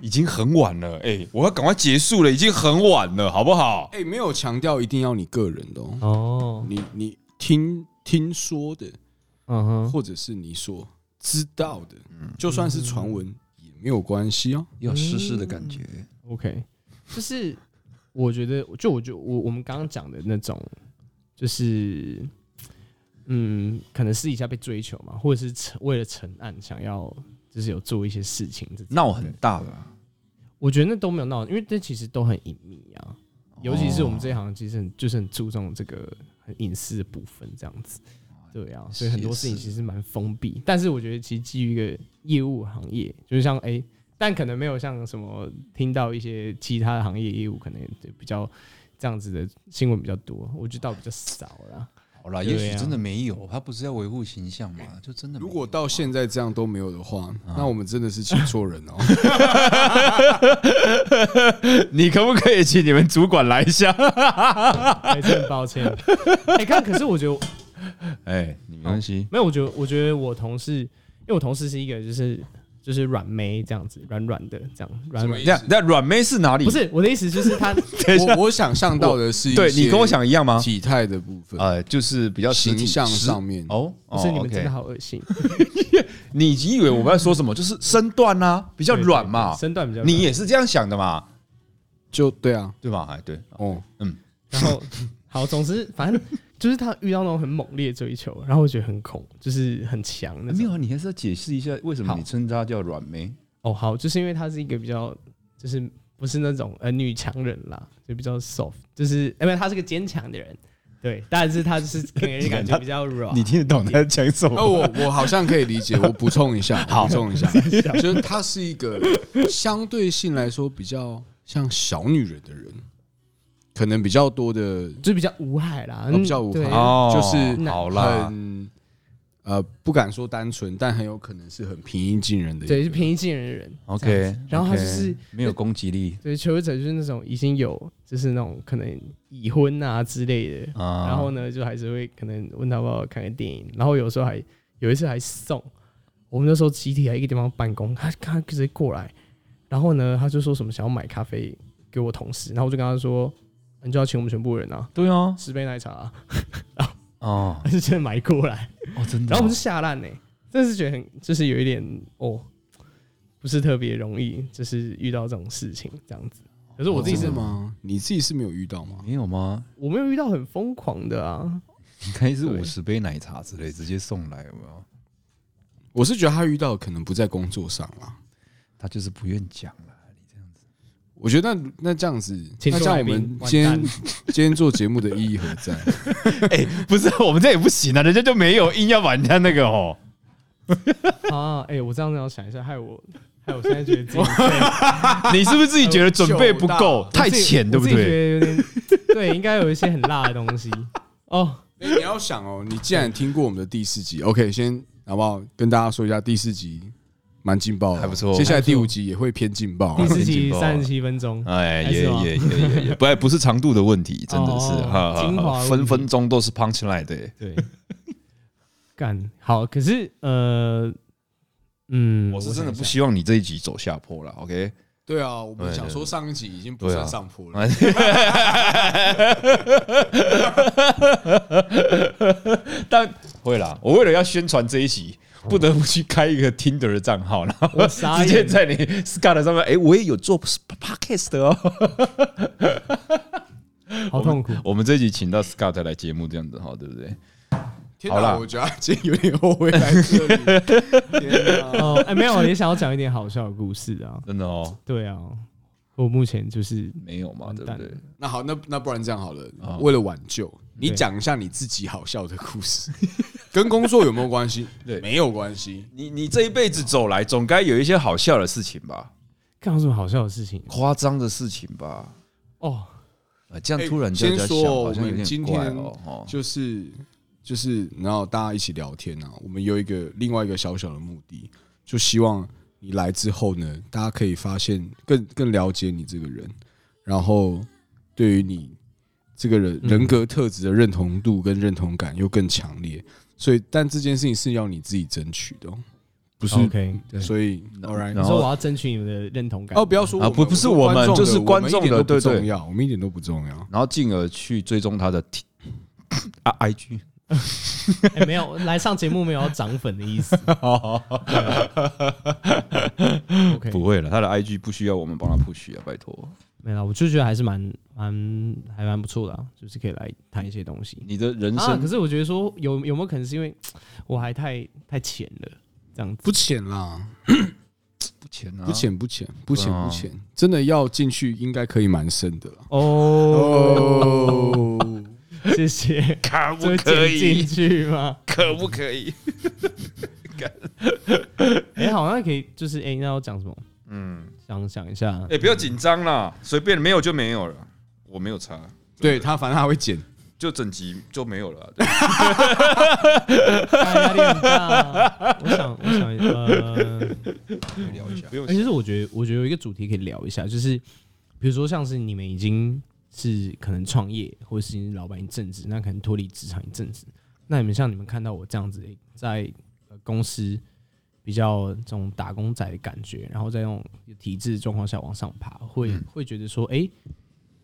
Speaker 1: 已经很晚了，哎，我要赶快结束了，已经很晚了，好不好？
Speaker 3: 哎，没有强调一定要你个人的哦，
Speaker 2: 哦，
Speaker 3: 你你听听说的，
Speaker 2: 嗯哼，
Speaker 3: 或者是你所知道的，
Speaker 1: 嗯
Speaker 3: 就算是传闻也没有关系哦。
Speaker 1: 要湿湿的感觉，
Speaker 2: OK，就是我觉得，就我就我我们刚刚讲的那种，就是嗯，可能私底下被追求嘛，或者是成为了成案想要就是有做一些事情这种，
Speaker 1: 闹很大了。
Speaker 2: 我觉得那都没有闹，因为这其实都很隐秘啊，尤其是我们这一行其实很就是很注重这个很隐私的部分这样子。对啊，所以很多事情
Speaker 1: 也是
Speaker 2: 其实蛮封闭，但是我觉得其实基于一个业务行业，就是像哎、但可能没有像什么听到一些其他的行业业务可能就比较这样子的新闻比较多，我觉得倒比较少啦。
Speaker 1: 好啦，
Speaker 2: 对
Speaker 1: 也
Speaker 2: 啊
Speaker 1: 许真的没有，他不是要维护形象嘛，就真的没有。啊
Speaker 3: 如果到现在这样都没有的话，那我们真的是请错人 哦。
Speaker 1: 你可不可以请你们主管来一下？
Speaker 2: 哎、真的很抱歉。哎、看，可是我觉得
Speaker 1: 哎，你没关系，
Speaker 2: 没有，我觉得我觉得我同事，因为我同事是一个就是就是软妹这样子，软软的这样，软
Speaker 3: 什么
Speaker 2: 软
Speaker 3: 意
Speaker 1: 这样
Speaker 3: 思，？
Speaker 1: 那软妹是哪里？
Speaker 2: 不，是我的意思，就是 他
Speaker 3: 我我想象到的是一
Speaker 1: 对
Speaker 3: 些
Speaker 1: 你跟我想一样吗？
Speaker 3: 体态的部分，
Speaker 1: 呃，就是比较实体
Speaker 3: 形象
Speaker 1: 实
Speaker 3: 上面
Speaker 1: 哦，
Speaker 2: 不
Speaker 1: 哦
Speaker 2: 是你们真
Speaker 1: OK
Speaker 2: 的好恶心，
Speaker 1: 你以为我们要说什么？就是身段啊，比较
Speaker 2: 对对
Speaker 1: 软嘛
Speaker 2: 嗯对，身段比较软，
Speaker 1: 你也是这样想的嘛，
Speaker 3: 就对啊，
Speaker 1: 对吧？哎，对，
Speaker 3: 哦，
Speaker 2: 然后好，总之反正就是他遇到那种很猛烈的追求，然后我觉得很恐，就是很强那
Speaker 1: 没
Speaker 2: 种。
Speaker 1: 有，啊你还是要解释一下为什么
Speaker 2: 好
Speaker 1: 你称她叫软妹。
Speaker 2: 哦，好，就是因为他是一个比较，就是不是那种呃女强人啦，就比较 soft，就是呃，没有，他是个坚强的人，对，但是他就是给 人感觉比较软。
Speaker 1: 听得懂他在讲 什
Speaker 3: 那？哦我我好像可以理 解，我补充一下，我补充一下，就是她是一个相对性来说比较像小女人的人，可能比较多的
Speaker 2: 就比较无害啦，
Speaker 3: 哦比较无害
Speaker 2: 对
Speaker 1: 哦，
Speaker 3: 就是
Speaker 1: 好啦，
Speaker 3: 很呃，不敢说单纯，但很有可能是很平易近人的一个
Speaker 2: 对，
Speaker 3: 人，
Speaker 2: 是平易近人的人。这
Speaker 1: OK，
Speaker 2: 样子然后他就是
Speaker 1: 没有攻击力
Speaker 2: 对求职者就是那种已经有就是那种可能已婚啊之类的，
Speaker 1: 啊。
Speaker 2: 然后呢就还是会可能问他要不要看个电影，然后有时候还有一次还送我们那时候集体在一个地方办公，他他直接过来，然后呢他就说什么想要买咖啡给我同事，然后我就跟他说。你就要请我们全部人啊，
Speaker 1: 对啊，
Speaker 2: 十杯奶茶、啊，
Speaker 1: 哦
Speaker 2: 他就真的买过来，
Speaker 1: 哦，真的
Speaker 2: 然后
Speaker 1: 哦。
Speaker 2: 我们就吓烂呢，欸真的是觉得很，就是有一点哦，不是特别容易，就是遇到这种事情这样子。可是我自己
Speaker 1: 哦
Speaker 3: 真
Speaker 2: 是
Speaker 3: 的吗？哦你自己是没有遇到吗？
Speaker 1: 没有吗？
Speaker 2: 我没有遇到很疯狂的啊，
Speaker 1: 应该是
Speaker 2: 对
Speaker 1: 五十杯奶茶之类直接送来，有没有？
Speaker 3: 我是觉得他遇到可能不在工作上啦。
Speaker 1: 他就是不愿讲了。
Speaker 3: 我觉得那那这样子，
Speaker 2: 请
Speaker 3: 那
Speaker 2: 出
Speaker 3: 像
Speaker 2: 来
Speaker 3: 我
Speaker 2: 宾
Speaker 3: 们
Speaker 2: 完
Speaker 3: 今天
Speaker 2: 蛋
Speaker 3: 今天做节目的意义何在？
Speaker 1: 哎，不是，我们这也不行啊，人家就没有硬要把人家那个 哦。
Speaker 2: 啊！哎、我这样子要想一下，害我，害我现在觉得自己
Speaker 1: 你是不是自己觉得准备不够
Speaker 3: 我，
Speaker 1: 太浅，对不
Speaker 2: 我自己
Speaker 1: 对？
Speaker 2: 觉得有点，对，应该有一些很辣的东西哦。
Speaker 3: 你要想哦，你既然听过我们的第四集，OK，先好不好跟大家说一下，第四集蛮劲爆的，哦
Speaker 1: 还不错
Speaker 3: 接下来第五集也会偏劲爆
Speaker 2: 第
Speaker 3: 啊，
Speaker 2: 四
Speaker 1: 紧
Speaker 2: 集
Speaker 1: 绷啊
Speaker 2: 三十七分钟，
Speaker 1: 哎，
Speaker 2: 还
Speaker 1: 也
Speaker 2: 是吗
Speaker 1: 也也也也，不不是长度的问题，真的是
Speaker 2: 哦
Speaker 1: 哈哈
Speaker 2: 精华
Speaker 1: 哈，
Speaker 2: 问题
Speaker 1: 分分钟都是 punch line 的。欸
Speaker 2: 对，干好，可是呃，嗯，
Speaker 1: 我是真的不
Speaker 2: 想一下
Speaker 1: 希望你这一集走下坡了，OK？
Speaker 3: 对啊，我
Speaker 1: 们想说
Speaker 3: 上一集已经
Speaker 1: 不算上
Speaker 3: 坡
Speaker 1: 了但哦会啦，我为了要宣传这一集，不得不去开一个 Tinder 的账号，然后
Speaker 2: 我傻
Speaker 1: 直接
Speaker 2: 眼
Speaker 1: 在你 Scott 上面，哎，我也有做 podcast 的哦。
Speaker 2: 好痛苦。
Speaker 1: 我们这一集请到 Scott 来节目，这样子哈，对不对？
Speaker 3: 天
Speaker 1: 好啦
Speaker 3: 哪，我觉得今天有点后悔来 这里。天哪
Speaker 2: 哦，哎、没有，也想要讲一点好笑的故事啊。
Speaker 1: 真的哦，
Speaker 2: 对啊，我目前就是
Speaker 1: 没有嘛，
Speaker 2: 完
Speaker 1: 对不
Speaker 2: 蛋
Speaker 1: 对
Speaker 2: 了？
Speaker 3: 那好，那那不然这样好了，
Speaker 1: 哦
Speaker 3: 为了挽救，你
Speaker 2: 对
Speaker 3: 讲一下你自己好笑的故事，跟工作有没有关系？
Speaker 1: 对
Speaker 3: 没有关系。
Speaker 1: 你你这一辈子走来，总该有一些好笑的事情吧，
Speaker 2: 干有什么好笑的事情
Speaker 1: 夸张的事情吧。
Speaker 2: 哦。
Speaker 1: 呃，这样突然就
Speaker 3: 哎先
Speaker 1: 在想，
Speaker 3: 说哦
Speaker 1: 好像有
Speaker 3: 我们
Speaker 1: 点
Speaker 3: 今
Speaker 1: 怪
Speaker 3: 天
Speaker 1: 哦。哦
Speaker 3: 就是就是，然后大家一起聊天啊。我们有一个另外一个小小的目的，就希望你来之后呢，大家可以发现更更了解你这个人，然后对于你这个人
Speaker 2: 嗯
Speaker 3: 人格特质的认同度跟认同感又更强烈。所以，但这件事情是要你自己争取的、哦，不是
Speaker 2: OK，
Speaker 3: 所以，all right，
Speaker 2: 你
Speaker 1: 然后
Speaker 2: 说我要争取你们的认同感
Speaker 3: 哦，不要说
Speaker 1: 啊
Speaker 3: 我们
Speaker 1: 不不是我们
Speaker 3: 说
Speaker 1: 就是观
Speaker 3: 我们
Speaker 1: 众
Speaker 3: 一点
Speaker 1: 的
Speaker 3: 都不
Speaker 1: 对对
Speaker 3: 重要，我们一点都不重要。
Speaker 1: 然后进而去追踪他的 T 啊 IG。
Speaker 2: 哎没有来上节目没有要涨粉的 意思。OK，
Speaker 1: 不会了，他的 IG 不需要我们帮他 push 啊，拜托。
Speaker 2: 没了，我就觉得还是蛮蛮还蛮不错的、啊，就是可以来谈一些东西
Speaker 1: 你的人
Speaker 2: 啊。
Speaker 1: 生
Speaker 2: 可是我觉得说有有没有可能是因为我还太太浅了，这样子
Speaker 3: 不浅啦，
Speaker 1: 不浅啊，
Speaker 3: 不浅不浅不
Speaker 1: 对
Speaker 3: 浅
Speaker 1: 啊
Speaker 3: 不浅，真的要进去应该可以蛮深的啦。
Speaker 2: 哦。
Speaker 3: 哦，
Speaker 2: 谢谢，
Speaker 1: 可不
Speaker 2: 这会
Speaker 1: 可
Speaker 2: 剪进
Speaker 1: 以？
Speaker 2: 去吗？
Speaker 1: 可不可以？
Speaker 2: 哎、好，那可以就是哎、那要讲什么？
Speaker 1: 嗯，
Speaker 2: 想想一下
Speaker 1: 哎、，不要紧张啦，随便没有就没有了，我没有差，
Speaker 3: 对他反正他会剪，
Speaker 1: 就整集就没有了啊、
Speaker 2: 大哎家压力很大。我想，我想，呃，
Speaker 1: 聊一下，不用
Speaker 2: 而且是我觉得，我觉得有一个主题可以聊一下，就是比如说像是你们已经是可能创业，或者是你是老板一阵子，那可能脱离职场一阵子，那你们像你们看到我这样子在呃公司比较这种打工仔的感觉，然后在那种体制状况下往上爬，会、会觉得说，哎、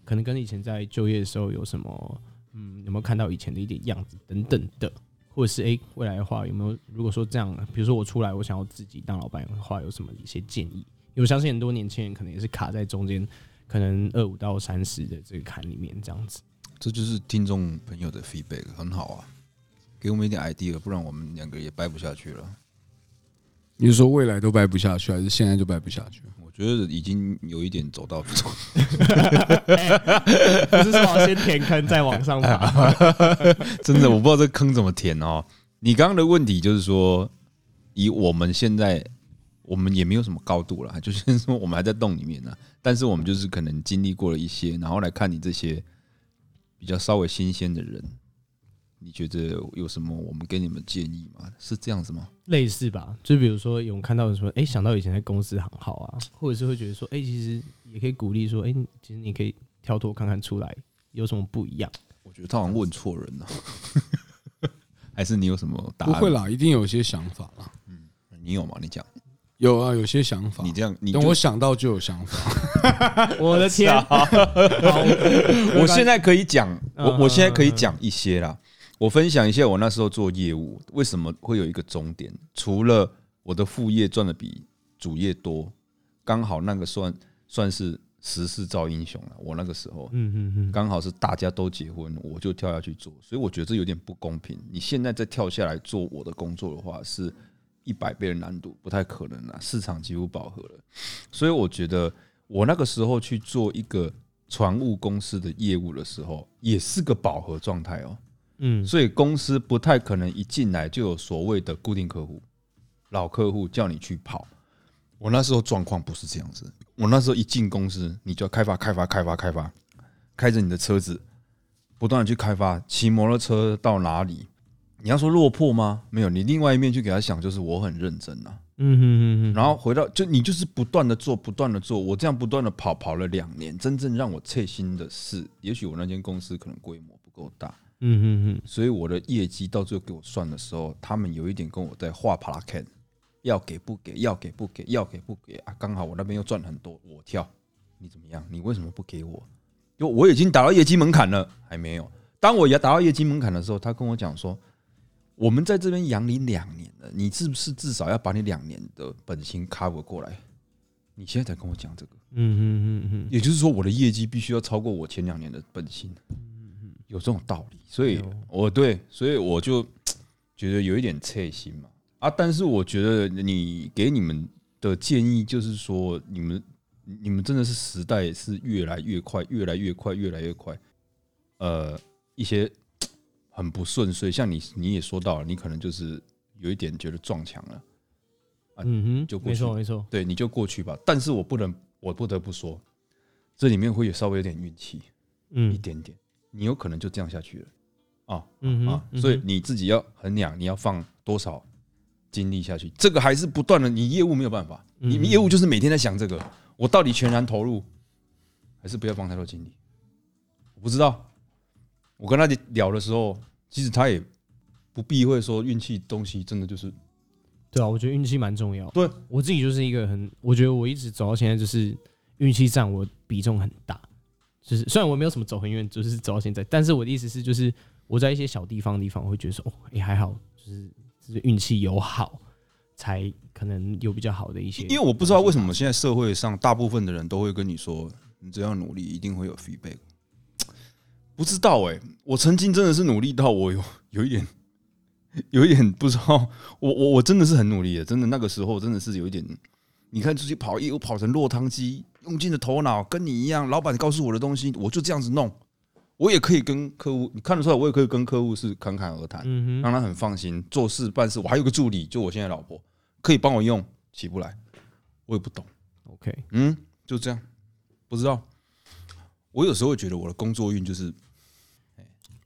Speaker 2: 可能跟以前在就业的时候有什么，嗯，有没有看到以前的一点样子等等的，或者是哎、诶未来的话有没有，如果说这样，比如说我出来，我想要自己当老板的话，有什么一些建议？因为我相信很多年轻人可能也是卡在中间，可能二五到三十的这个坎里面这样子。
Speaker 1: 这就是听众朋友的 feedback，很好啊，给我们一点 idea，不然我们两个也掰不下去了。
Speaker 3: 你是说未来都掰不下去，还是现在就掰不下去？
Speaker 1: 我觉得已经有一点走到
Speaker 2: 不是说要先填坑再往上爬，
Speaker 1: 真的，我不知道这坑怎么填哦。你刚刚的问题就是说，以我们现在，我们也没有什么高度啦，就是说我们还在洞里面呢、但是我们就是可能经历过了一些，然后来看你这些比较稍微新鲜的人，你觉得有什么我们给你们建议吗？是这样子吗？
Speaker 2: 类似吧？就比如说有看到说，哎、想到以前在公司行号啊，或者是会觉得说，哎、其实也可以鼓励说，哎、其实你可以跳脱看看出来有什么不一样。
Speaker 1: 我觉得他好像问错人了，哦 还是你有什么答
Speaker 3: 不
Speaker 1: 案？
Speaker 3: 会，啦，一定有些想法啦。
Speaker 1: 你有吗？你讲，
Speaker 3: 有啊，有些想法
Speaker 1: 你。这样，你就
Speaker 3: 等我想到就有想法。
Speaker 2: 我的天，
Speaker 1: 我现在可以讲，我
Speaker 2: 嗯
Speaker 1: 我现在可以讲一些啦。我分享一下我那时候做业务为什么会有一个终点，除了我的副业赚的比主业多，刚好那个算算是时势造英雄了。我那个时候
Speaker 2: 嗯嗯嗯，
Speaker 1: 刚好是大家都结婚，我就跳下去做，所以我觉得这有点不公平。你现在再跳下来做我的工作的话，是一百倍的难度，不太可能啦，市场几乎饱和了。所以我觉得我那个时候去做一个船务公司的业务的时候，也是个饱和状态哦。
Speaker 2: 嗯，
Speaker 1: 所以公司不太可能一进来就有所谓的固定客户、老客户叫你去跑。我那时候状况不是这样子，我那时候一进公司，你就要开发、开发、开发、开发，开着你的车子，不断的去开发，骑摩托车到哪里？你要说落魄吗？没有，你另外一面去给他想，就是我很认真啊。
Speaker 2: 嗯嗯嗯嗯，
Speaker 1: 然后回到就你就是不断的做，不断的做，我这样不断的跑，跑了两年，真正让我切心的是，也许我那间公司可能规模不够大，
Speaker 2: 嗯嗯
Speaker 1: 所以我的业绩到最后给我算的时候，他们有一点跟我在画 p l a c a n 要给不给，要给不给，要给不给啊！刚好我那边又赚很多，我跳，你怎么样？你为什么不给我？就我已经达到业绩门槛了，还没有。当我也达到业绩门槛的时候，他跟我讲说，我们在这边养你两年了，你是不是至少要把你两年的本薪 cover 过来？你现在才跟我讲这个，
Speaker 2: 嗯嗯嗯嗯，
Speaker 1: 也就是说，我的业绩必须要超过我前两年的本薪，有这种道理。所以
Speaker 2: 有，
Speaker 1: 我对，所以我就觉得有一点刺心嘛。啊，但是我觉得你给你们的建议就是说，你们你们真的是时代是越来越快，越来越快，越来越快。呃，一些很不顺遂，像你你也说到了，你可能就是有一点觉得撞墙了。
Speaker 2: 嗯哼，
Speaker 1: 啊就过
Speaker 2: 没
Speaker 1: 去
Speaker 2: 错没错，
Speaker 1: 对，你就过去吧。但是我不能，我不得不说，这里面会有稍微有点运气，一
Speaker 2: 嗯
Speaker 1: 点点，你有可能就这样下去了啊
Speaker 2: 嗯
Speaker 1: 啊！
Speaker 2: 哼，
Speaker 1: 所以你自己要衡量，你要放多少精力下去，这个还是不断的。你业务没有办法，你
Speaker 2: 嗯哼
Speaker 1: 你业务就是每天在想这个，我到底全然投入，还是不要放太多精力？我不知道。我跟他聊的时候，其实他也不避讳说运气东西真的就是
Speaker 2: 对啊，我觉得运气蛮重要。
Speaker 1: 对，
Speaker 2: 我自己就是一个很，我觉得我一直走到现在就是运气占我比重很大。就是虽然我没有什么走很远，就是走到现在，但是我的意思是，就是我在一些小地方的地方，我会觉得说，哦，也、还好，就是就是运气有好，才可能有比较好的一些。
Speaker 1: 因为我不知道为什么现在社会上大部分的人都会跟你说，你只要努力，一定会有 feedback。不知道哎、我曾经真的是努力到我有 有一点，有一点 不知道，我我我真的是很努力的，真的那个时候真的是有一点，你看出去跑业务跑成落汤鸡，用尽了头脑，跟你一样，老板告诉我的东西，我就这样子弄，我也可以跟客户，你看得出来，我也可以跟客户是侃侃而谈，
Speaker 2: 嗯哼，
Speaker 1: 让他很放心做事办事。我还有个助理，就我现在老婆，可以帮我用，起不来，我也不懂。
Speaker 2: ，OK，
Speaker 1: 嗯，就这样，不知道。我有时候会觉得我的工作运就是，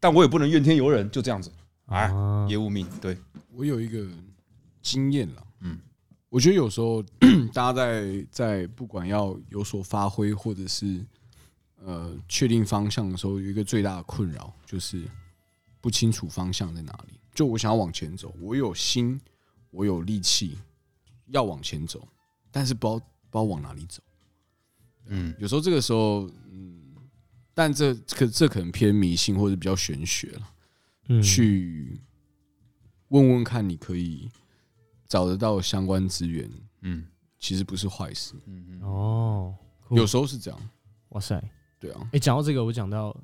Speaker 1: 但我也不能怨天尤人，就这样子。哎
Speaker 2: 啊
Speaker 1: 业务命，对，
Speaker 3: 我有一个经验了，
Speaker 1: 嗯
Speaker 3: 嗯，我觉得有时候 大家在在不管要有所发挥，或者是呃确定方向的时候，有一个最大的困扰就是不清楚方向在哪里。就我想要往前走，我有心，我有力气，要往前走，但是不知道不知道往哪里走。
Speaker 1: 嗯，
Speaker 3: 有时候这个时候，嗯，但这可这可能偏迷信或者比较玄学了。
Speaker 2: 嗯
Speaker 3: 去问问看，你可以找得到相关资源，
Speaker 1: 嗯
Speaker 3: 其实不是坏事。
Speaker 1: 嗯嗯，
Speaker 2: 哦，酷
Speaker 3: 有时候是这样，
Speaker 2: 哇塞，
Speaker 3: 对啊，
Speaker 2: 哎，讲到这个，我讲到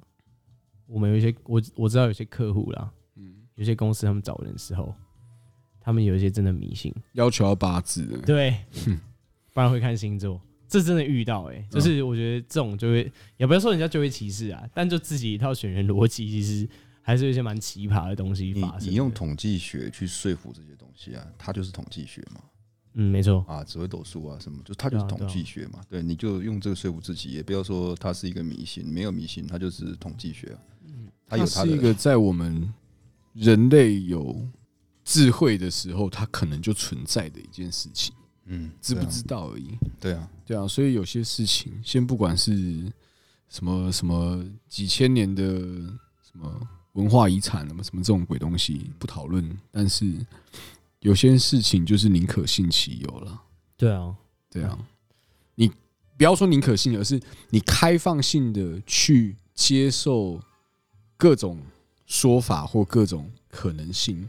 Speaker 2: 我们有一些我我知道有些客户啦，
Speaker 3: 嗯，
Speaker 2: 有些公司他们找人的时候，他们有一些真的迷信，
Speaker 3: 要求要八字的，
Speaker 2: 对，不然会看星座。这真的遇到哎、就是
Speaker 1: 嗯
Speaker 2: 我觉得这种就会，也不要说人家就会歧视啊，但就自己一套选人逻辑，其实还是有一些蛮奇葩的东西
Speaker 1: 你
Speaker 2: 发生的。
Speaker 1: 你用统计学去说服这些东西啊，它就是统计学嘛，
Speaker 2: 嗯，没错，
Speaker 1: 啊，紫微斗数啊什么，就它就是
Speaker 2: 对啊对啊
Speaker 1: 统计学嘛，对，你就用这个说服自己，也不要说它是一个迷信，没有迷信，它就是统计学啊，它有它
Speaker 3: 是一
Speaker 1: 的
Speaker 3: 个在我们人类有智慧的时候，它可能就存在的一件事情，
Speaker 1: 嗯，
Speaker 3: 知不
Speaker 1: 对啊
Speaker 3: 知道而已。
Speaker 1: 对啊，
Speaker 3: 对啊，所以有些事情，先不管是什么什么几千年的什么文化遗产什啊么什么这种鬼东西不讨论，但是有些事情就是宁可信其有了。
Speaker 2: 对啊，
Speaker 3: 对
Speaker 1: 嗯
Speaker 3: 啊，你不要说宁可信，而是你开放性的去接受各种说法或各种可能性，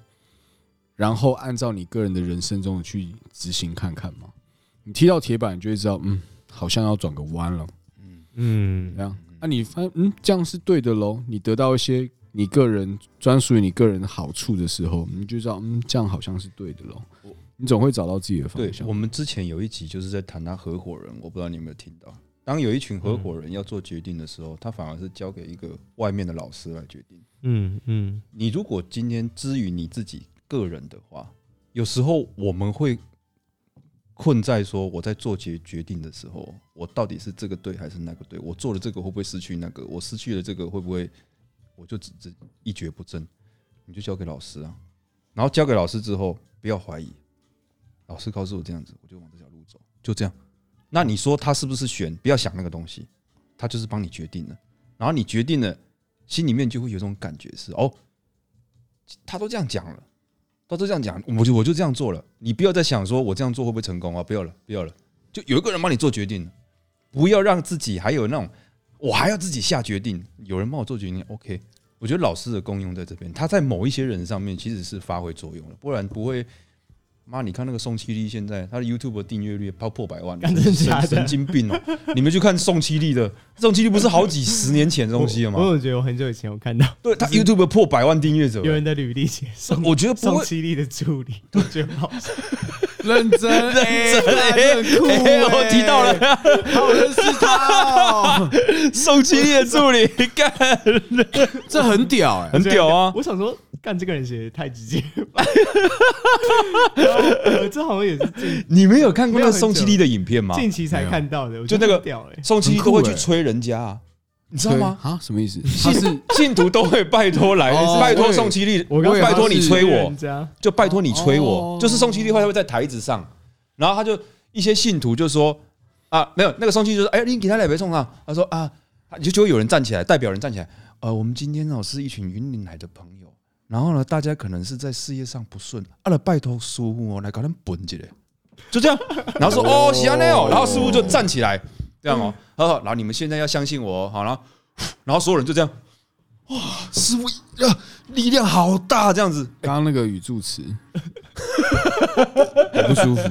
Speaker 3: 然后按照你个人的人生中去执行看看嘛。你踢到铁板，你就会知道，嗯，好像要转个弯了。
Speaker 1: 嗯
Speaker 2: 嗯
Speaker 3: 这样，那、你发现，嗯，这样是对的喽。你得到一些你个人专属于你个人的好处的时候，你就知道，嗯，这样好像是对的喽。你总会找到自己的方
Speaker 1: 对，
Speaker 3: 向。
Speaker 1: 我们之前有一集就是在谈他合伙人，我不知道你有没有听到。当有一群合伙人要做决定的时候，他反而是交给一个外面的老师来决定。
Speaker 2: 嗯嗯，
Speaker 1: 你如果今天之于你自己个人的话，有时候我们会困在说我在做决决定的时候，我到底是这个对还是那个对？我做了这个会不会失去那个？我失去了这个会不会我就只只一蹶不振？你就交给老师啊，然后交给老师之后，不要怀疑，老师告诉我这样子，我就往这条路走，就这样。那你说他是不是选？不要想那个东西，他就是帮你决定了。然后你决定了，心里面就会有种感觉是哦，他都这样讲了，他都这样讲，我就我就这样做了。你不要再想说我这样做会不会成功啊？不要了，不要了，就有一个人帮你做决定了，不要让自己还有那种我还要自己下决定，有人帮我做决定，OK。我觉得老师的功用在这边，他在某一些人上面其实是发挥作用的，不然不会。妈，你看那个宋七力现在他的 YouTube 的订阅率超破百万，
Speaker 2: 干真的假的
Speaker 1: 神神经病哦！ 你们去看宋七力的，宋七力不是好几十年前的东西了
Speaker 2: 我
Speaker 1: 吗？
Speaker 2: 我有觉得我很久以前有看到
Speaker 1: 对他 YouTube 破百万订阅者，
Speaker 2: 有人的履历写宋
Speaker 1: 我觉得不
Speaker 2: 宋
Speaker 1: 会
Speaker 2: 七力的助理，我觉得好笑。
Speaker 3: 认真，哎认真， 很酷、
Speaker 1: 哎我提到了，
Speaker 3: 好认识他、哦，
Speaker 1: 宋七力的助 理，干
Speaker 3: 这很屌哎、
Speaker 1: 很屌啊！
Speaker 2: 我想说，干这个人写的太直接了吧， 然后呃这好像也是 近
Speaker 1: 你没有看
Speaker 2: 过
Speaker 1: 过
Speaker 2: 那
Speaker 1: 那
Speaker 2: 个
Speaker 1: 宋
Speaker 2: 宋
Speaker 1: 七
Speaker 2: 七
Speaker 1: 力
Speaker 2: 力
Speaker 1: 的影片吗？
Speaker 2: 近期才看到的，我
Speaker 1: 就
Speaker 2: 觉得
Speaker 1: 那个
Speaker 2: 很屌哎，
Speaker 1: 宋七力都会去催人家啊，你知道吗？
Speaker 3: 啊，什么意思？他是
Speaker 1: 信徒都会拜托来
Speaker 3: 哦，
Speaker 1: 拜托宋七力，
Speaker 2: 我刚
Speaker 1: 拜托
Speaker 3: 我以
Speaker 1: 你
Speaker 3: 为他是
Speaker 1: 催我
Speaker 2: 人，家
Speaker 1: 就拜托你催我
Speaker 3: 哦。
Speaker 1: 就是宋七力会会在台子上，然后他就一些信徒就说啊，没有那个宋七力就说，哎，你给他两杯送上。他说啊，就就会有人站起来，代表人站起来，呃，我们今天哦是一群云林来的朋友，然后呢，大家可能是在事业上不顺，啊，来拜托师傅哦来搞点本起来，就这样。然后说哦，喜安内哦，然后师傅就站起来，这样哦，好好，然后你们现在要相信我哦，好，然后然后所有人就这样。哇，师傅啊，力量好大，这样子，
Speaker 3: 刚刚那个语助词，很不舒服。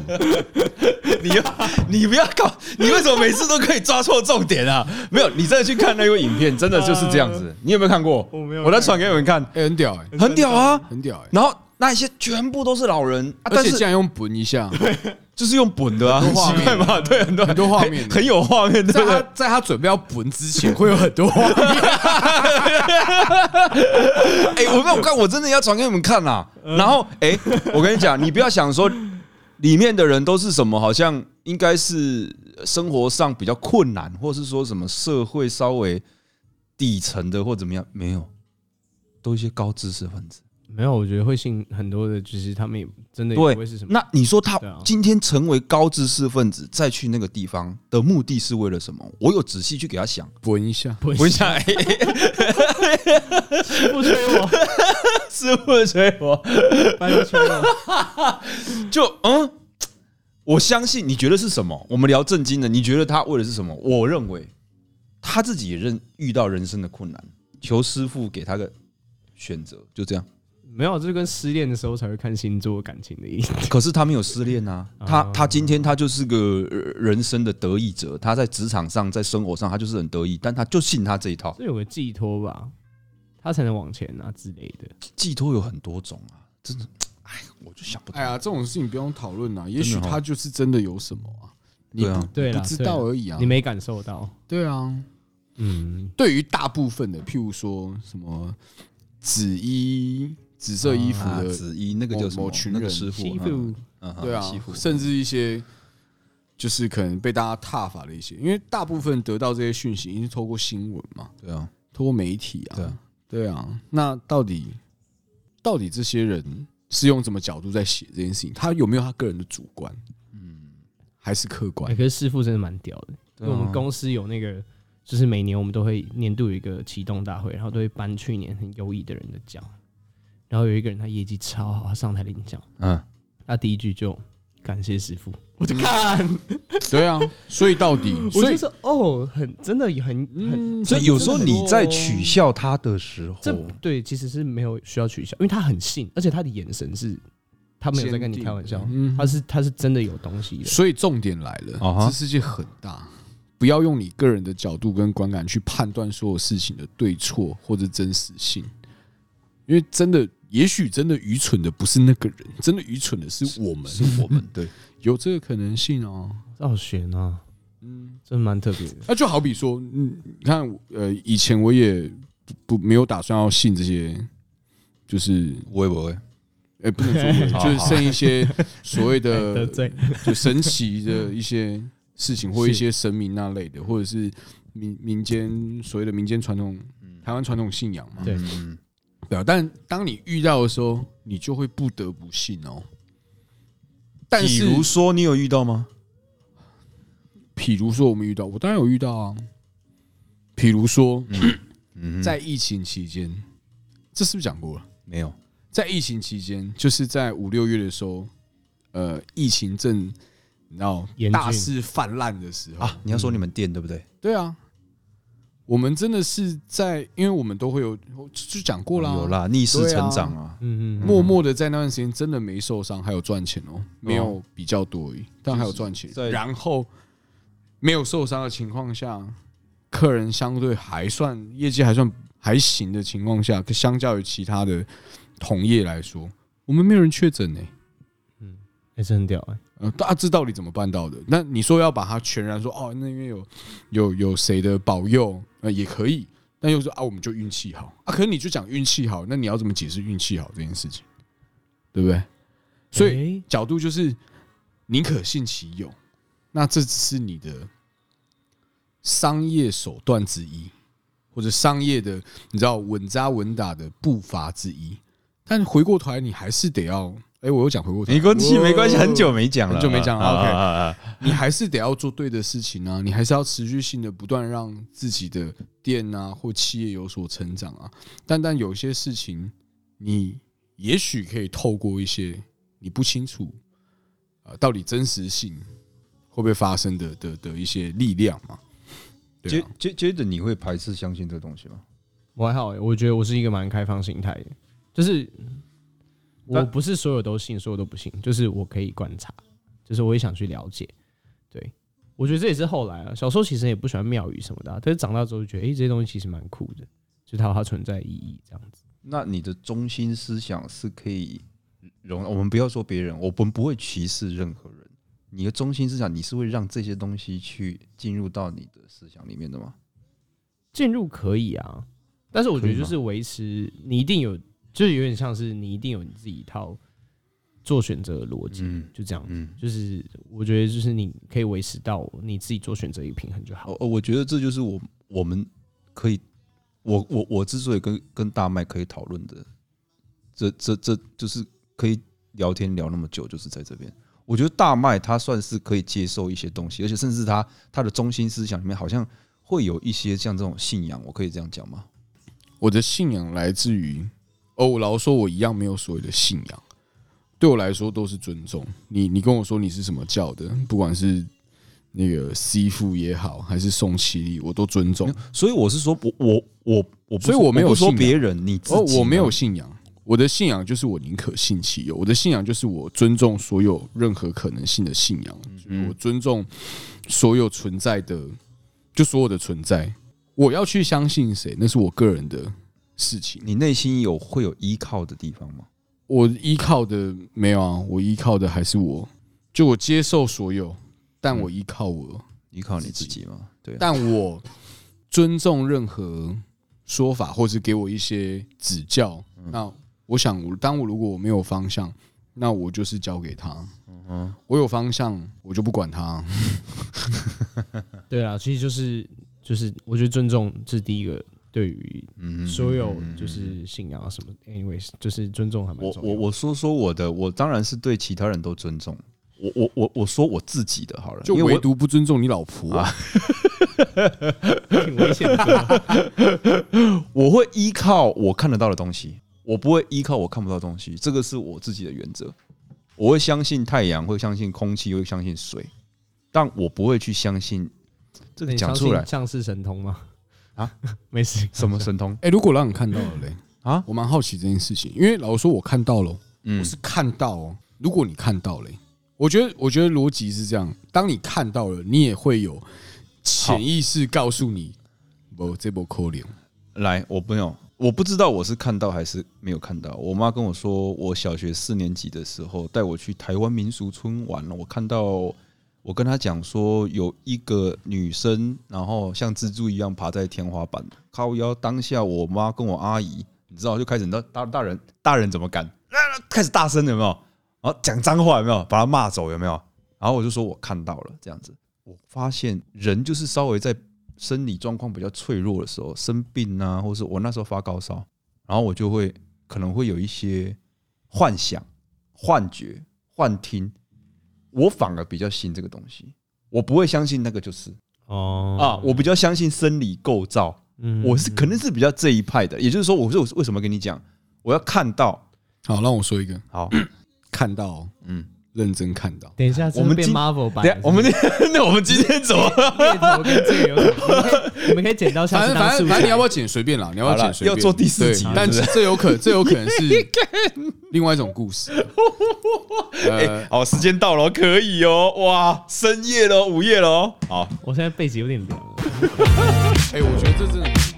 Speaker 1: 你要，你不要搞，你为什么每次都可以抓错重点啊？没有，你真的去看那部影片，真的就是这样
Speaker 3: 呃
Speaker 1: 子。你有没有看过？
Speaker 2: 我没有
Speaker 1: 我再
Speaker 2: 看
Speaker 1: 传给你们看，
Speaker 3: 哎、很屌哎、
Speaker 1: 很屌啊！
Speaker 3: 很屌哎、
Speaker 1: 然后那一些全部都是老人，啊、
Speaker 3: 而
Speaker 1: 但
Speaker 3: 且
Speaker 1: 是
Speaker 3: 竟然用本一下，
Speaker 1: 就是用本的啊，
Speaker 3: 很
Speaker 1: 很
Speaker 3: 多画
Speaker 1: 奇
Speaker 3: 面
Speaker 1: 怪嘛？对，很多
Speaker 3: 很多画面
Speaker 1: 很很有画面，对
Speaker 3: 在
Speaker 1: 不
Speaker 3: 他
Speaker 1: 对？
Speaker 3: 在他准备要本之前，会有很多话。
Speaker 1: 哎、我没有看，我真的要传给你们看啦、然后，哎、我跟你讲，你不要想说里面的人都是什么，好像应该是生活上比较困难，或是说什么社会稍微底层的或怎么样，没有，都一些高知识分子。
Speaker 2: 没有，我觉得会信很多的，就是他们也真的也
Speaker 1: 对
Speaker 2: 不会是 什么。
Speaker 1: 那你说他
Speaker 2: 对啊
Speaker 1: 今天成为高知识分子，再去那个地方的目的是为了什么？我有仔细去给他想，
Speaker 3: 本一下，
Speaker 2: 不
Speaker 1: 我想，哎、
Speaker 2: 不催我，
Speaker 1: 师傅催我，
Speaker 2: 拜托催我。
Speaker 1: 就嗯，我相信你觉得是什么？我们聊正经的，你觉得他为的是什么？我认为他自己也认遇到人生的困难，求师傅给他个选择，就这样。
Speaker 2: 没有，这就跟失恋的时候才会看星座感情的意思。
Speaker 1: 可是他没有失恋啊，他他今天他就是个呃人生的得意者，他在职场上，在生活上，他就是很得意，但他就信他这一套。
Speaker 2: 这有个寄托吧，他才能往前啊之类的。
Speaker 1: 寄托有很多种啊，真的，哎，我就想不
Speaker 3: 哎
Speaker 1: 通。
Speaker 3: 呀，这种事情不用讨论啦，也许
Speaker 1: 真的哦
Speaker 3: 他就是真的有什么啊，你
Speaker 1: 对啊
Speaker 3: 不
Speaker 2: 对啦
Speaker 3: 不知道
Speaker 2: 对啦
Speaker 3: 而已啊
Speaker 2: 你。没感受到，
Speaker 3: 对啊，
Speaker 2: 嗯，
Speaker 3: 对于大部分的，譬如说什么紫衣、紫色衣服
Speaker 1: 啊
Speaker 3: 的，
Speaker 1: 子衣那个叫什
Speaker 3: 某
Speaker 1: 么
Speaker 3: 某？群
Speaker 1: 那个
Speaker 3: 人
Speaker 1: 师傅，
Speaker 2: 欺
Speaker 1: 嗯
Speaker 2: 负
Speaker 1: 嗯哼
Speaker 3: 对啊
Speaker 1: 欺负，
Speaker 3: 甚至一些就是可能被大家踏伐的一些，因为大部分得到这些讯息，一定是透过新闻嘛，
Speaker 1: 对啊，
Speaker 3: 透过媒体
Speaker 1: 对
Speaker 3: 啊，
Speaker 1: 啊，
Speaker 3: 对啊。那到底到底这些人是用什么角度在写这件事情？他有没有他个人的主观？
Speaker 1: 嗯，
Speaker 3: 还是客
Speaker 2: 哎
Speaker 3: 观
Speaker 2: 可？是师傅真的蛮屌的，因为我们公司有那个，就是每年我们都会年度有一个启动大会，然后都会颁去年很优异的人的奖。然后有一个人他业绩超好，他上台领奖，
Speaker 1: 嗯，
Speaker 2: 他第一句就感谢师傅，我就看，
Speaker 3: 对啊，所以 到底，
Speaker 2: 嗯我
Speaker 3: 所
Speaker 2: 就
Speaker 3: 以
Speaker 2: 说哦，很真的也很很，
Speaker 3: 嗯
Speaker 1: 所以有时候你在取笑他的时
Speaker 2: 这
Speaker 1: 候，
Speaker 2: 对其实是没有需要取消，因为他很信，而且他的眼神是，他没有在跟你开玩笑，
Speaker 3: 嗯
Speaker 2: 他是他是真的有东西的。
Speaker 3: 所以重点来
Speaker 1: 啊
Speaker 3: 了，
Speaker 1: 哈
Speaker 3: 这世界很大，不要用你个人的角度跟观感去判断所有事情的对错或者真实性，因为真的，也许真的愚蠢的不是那个人，真的愚蠢的是我们，
Speaker 1: 我们对，
Speaker 3: 有这个可能性哦。
Speaker 2: 赵玄啊，
Speaker 3: 嗯，
Speaker 2: 真的蛮特别的。
Speaker 3: 那就好比说，嗯，你看，呃，以前我也不不没有打算要信这些，就是
Speaker 1: 我也不会，
Speaker 3: 呃、不能说
Speaker 1: 好
Speaker 3: 就是剩一些所谓 的
Speaker 2: 得罪
Speaker 3: 就神
Speaker 1: 嗯
Speaker 3: 奇的一些事情，或一些神明那类的，或者是民民间所谓的民间传统、台湾传统信仰嘛。
Speaker 2: 对
Speaker 1: 嗯，
Speaker 3: 对啊，但当你遇到的时候，你就会不得不信哦。但
Speaker 1: 比
Speaker 3: 是，
Speaker 1: 如说你有遇到吗？
Speaker 3: 比如说我们遇到，我当然有遇到啊。比如说，
Speaker 1: 嗯，
Speaker 3: 在疫情期间，这是不是讲过了？
Speaker 1: 没有，
Speaker 3: 在疫情期间，就是在五六月的时候，呃，疫情正你知道
Speaker 2: 严峻
Speaker 3: 大肆泛滥的时候
Speaker 1: 啊，你要说你们店对不对？
Speaker 3: 对啊，我们真的是在，因为我们都会有，就讲过啦，
Speaker 1: 啊有，啦，逆势成长啊，
Speaker 2: 嗯嗯，
Speaker 3: 默默的在那段时间真的没受伤，还有赚钱哦、没有比较多而已，但还有赚钱
Speaker 1: 就是。在
Speaker 3: 然后没有受伤的情况下，客人相对还算业绩还算还行的情况下，可相较于其他的同业来说，我们没有人确诊欸呢。
Speaker 2: 还嗯是很屌哎。
Speaker 3: 呃，大致到底怎么办到的？那你说要把它全然说哦，那因为有有有谁的保佑，呃，也可以。但又说啊，我们就运气好啊，可是你就讲运气好，那你要怎么解释运气好这件事情，对不对？所以
Speaker 1: 欸
Speaker 2: 以
Speaker 3: 角度就是宁可信其有，那这只是你的商业手段之一，或者商业的你知道稳扎稳打的步伐之一。但回过头来，你还是得要，哎，我又讲回过头来，
Speaker 1: 没关系，没关系，很久没讲了，
Speaker 3: 哦很久没讲了
Speaker 1: 啊
Speaker 3: OK
Speaker 1: 啊啊啊
Speaker 3: 你还是得要做对的事情啊，你还是要持续性的不断让自己的店啊或企业有所成长啊。但但有些事情，你也许可以透过一些你不清楚啊、呃到底真实性会不会发生的的的一些力量嘛。对
Speaker 1: 接
Speaker 3: 啊，
Speaker 1: 接接着你会排斥相信这个东西吗？
Speaker 2: 我还好哎，我觉得我是一个蛮开放心态的，就是我
Speaker 1: 但
Speaker 2: 不是所有都信，所有都不信，就是我可以观察，就是我也想去了解。对，我觉得这也是后来啊，小时候其实也不喜欢庙宇什么的啊、但是长大之后就觉得，哎，这些东西其实蛮酷的，就它有它存在的意义这样子。
Speaker 1: 那你的中心思想是可以容，我们不要说别人，我们不会歧视任何人。你的中心思想，你是会让这些东西去进入到你的思想里面的吗？
Speaker 2: 进入可以啊，但是我
Speaker 1: 可
Speaker 2: 觉得
Speaker 1: 以
Speaker 2: 就
Speaker 1: 吗
Speaker 2: 是维持，你一定有，就是有点像是你一定有你自己一套做选择的逻辑，
Speaker 1: 嗯
Speaker 2: 就这样。
Speaker 1: 嗯，
Speaker 2: 就是我觉得就是你可以维持到你自己做选择一个平衡就好
Speaker 1: 哦。哦，我觉得这就是我我们可以，我我我之所以跟跟大麦可以讨论的，这这这就是可以聊天聊那么久，就是在这边。我觉得大麦他算是可以接受一些东西，而且甚至他他的中心思想里面好像会有一些像这种信仰，我可以这样讲吗？
Speaker 3: 我的信仰来自于哦，我老实说我一样没有所谓的信仰，对我来说都是尊重。你你跟我说你是什么教的，不管是那个师傅也好，还是宋其力，我都尊重。
Speaker 1: 所以我是说，我我我我不说，
Speaker 3: 所以我没有
Speaker 1: 不说
Speaker 3: 信仰
Speaker 1: 别人，你自己
Speaker 3: 哦，我没有
Speaker 1: 嘛
Speaker 3: 信仰，我的信仰就是我宁可信其有，我的信仰就是我尊重所有任何可能性的信仰，
Speaker 1: 嗯
Speaker 3: 就是我尊重所有存在的，就所有的存在。我要去相信谁，那是我个人的事情。
Speaker 1: 你内心有会有依靠的地方吗？
Speaker 3: 我依靠的没有啊，我依靠的还是我，就我接受所有，
Speaker 1: 嗯
Speaker 3: 但我依靠我，
Speaker 1: 依靠你自己吗？对啊，
Speaker 3: 但我尊重任何说法，或是给我一些指教。
Speaker 1: 嗯
Speaker 3: 那我想，我当我如果我没有方向，那我就是交给他。
Speaker 1: 嗯
Speaker 3: 我有方向，我就不管他。
Speaker 2: 对啦，其实就是就是，我觉得尊重是第一个，对于
Speaker 1: 嗯
Speaker 2: 所有就是信仰啊什么，anyways，就是尊重还蛮
Speaker 1: 我
Speaker 2: 重要
Speaker 1: 我我说说我的，我当然是对其他人都尊重。我我我我说我自己的好了，
Speaker 3: 就
Speaker 1: 因为
Speaker 3: 唯
Speaker 1: 我
Speaker 3: 独不尊重你老婆、啊，
Speaker 2: 我挺危险的，
Speaker 1: 我会依靠我看得到的东西，我不会依靠我看不到的东西，这个是我自己的原则。我会相信太阳，会相信空气，会相信水，但我不会去相信这个
Speaker 2: 你
Speaker 1: 讲
Speaker 2: 相
Speaker 1: 出
Speaker 2: 信
Speaker 1: 来
Speaker 2: 像是神通吗？
Speaker 1: 啊，
Speaker 2: 没事，
Speaker 1: 什么神通。
Speaker 3: 哎、如果让你看到了嘞，
Speaker 1: 啊
Speaker 3: 我蛮好奇这件事情，因为老实说，我看到了，
Speaker 1: 嗯
Speaker 3: 我是看到哦。如果你看到嘞，我觉得，我觉得逻辑是这样：当你看到了，你也会有潜意识告诉你，不，这波扣脸。
Speaker 1: 来，我朋友，我不知道我是看到还是没有看到。我妈跟我说，我小学四年级的时候带我去台湾民俗村玩了，我看到我跟她讲说，有一个女生，然后像蜘蛛一样爬在天花板，靠腰。当下我妈跟我阿姨，你知道，就开始你知道大大人大人怎么敢，啊开始大声有没有？然后讲脏话有没有？把她骂走有没有？然后我就说我看到了这样子，我发现人就是稍微在生理状况比较脆弱的时候，生病啊，或是我那时候发高烧，然后我就会可能会有一些幻想、幻觉、幻听，我反而比较信这个东西，我不会相信那个就是
Speaker 2: 哦
Speaker 1: 啊，我比较相信生理构造，
Speaker 2: 嗯
Speaker 1: 我是肯定是比较这一派的，也就是说，我是我是为什么跟你讲，我要看到
Speaker 3: 好，让我说一个，
Speaker 1: 好，
Speaker 3: 看到、哦，
Speaker 1: 嗯，
Speaker 3: 认真看到。
Speaker 2: 等一下，
Speaker 1: 我们
Speaker 2: 这变
Speaker 1: 今
Speaker 2: Marvel
Speaker 1: 等
Speaker 2: 版
Speaker 1: 一下
Speaker 2: 了，
Speaker 1: 啊我们今天 那我们今天怎么？
Speaker 2: 猎头跟这个有什么？你们可以你们可以剪刀下
Speaker 3: 反
Speaker 2: 去
Speaker 3: 正
Speaker 2: 当
Speaker 3: 反
Speaker 2: 素
Speaker 3: 正
Speaker 2: 材
Speaker 3: 反正你要不要剪随便啦，你要不
Speaker 1: 好
Speaker 3: 要
Speaker 1: 啦
Speaker 3: 剪随便。
Speaker 1: 要做第四
Speaker 3: 对
Speaker 1: 集了
Speaker 3: 但
Speaker 1: 是
Speaker 3: 是
Speaker 1: 不
Speaker 3: 这有可这有可能是另外一种故 事。呃，
Speaker 1: 好，时间到了，可以哦，哇，深夜了，午夜了，好。
Speaker 2: 我现在背脊有点凉了。
Speaker 3: 哎，我觉得这真的。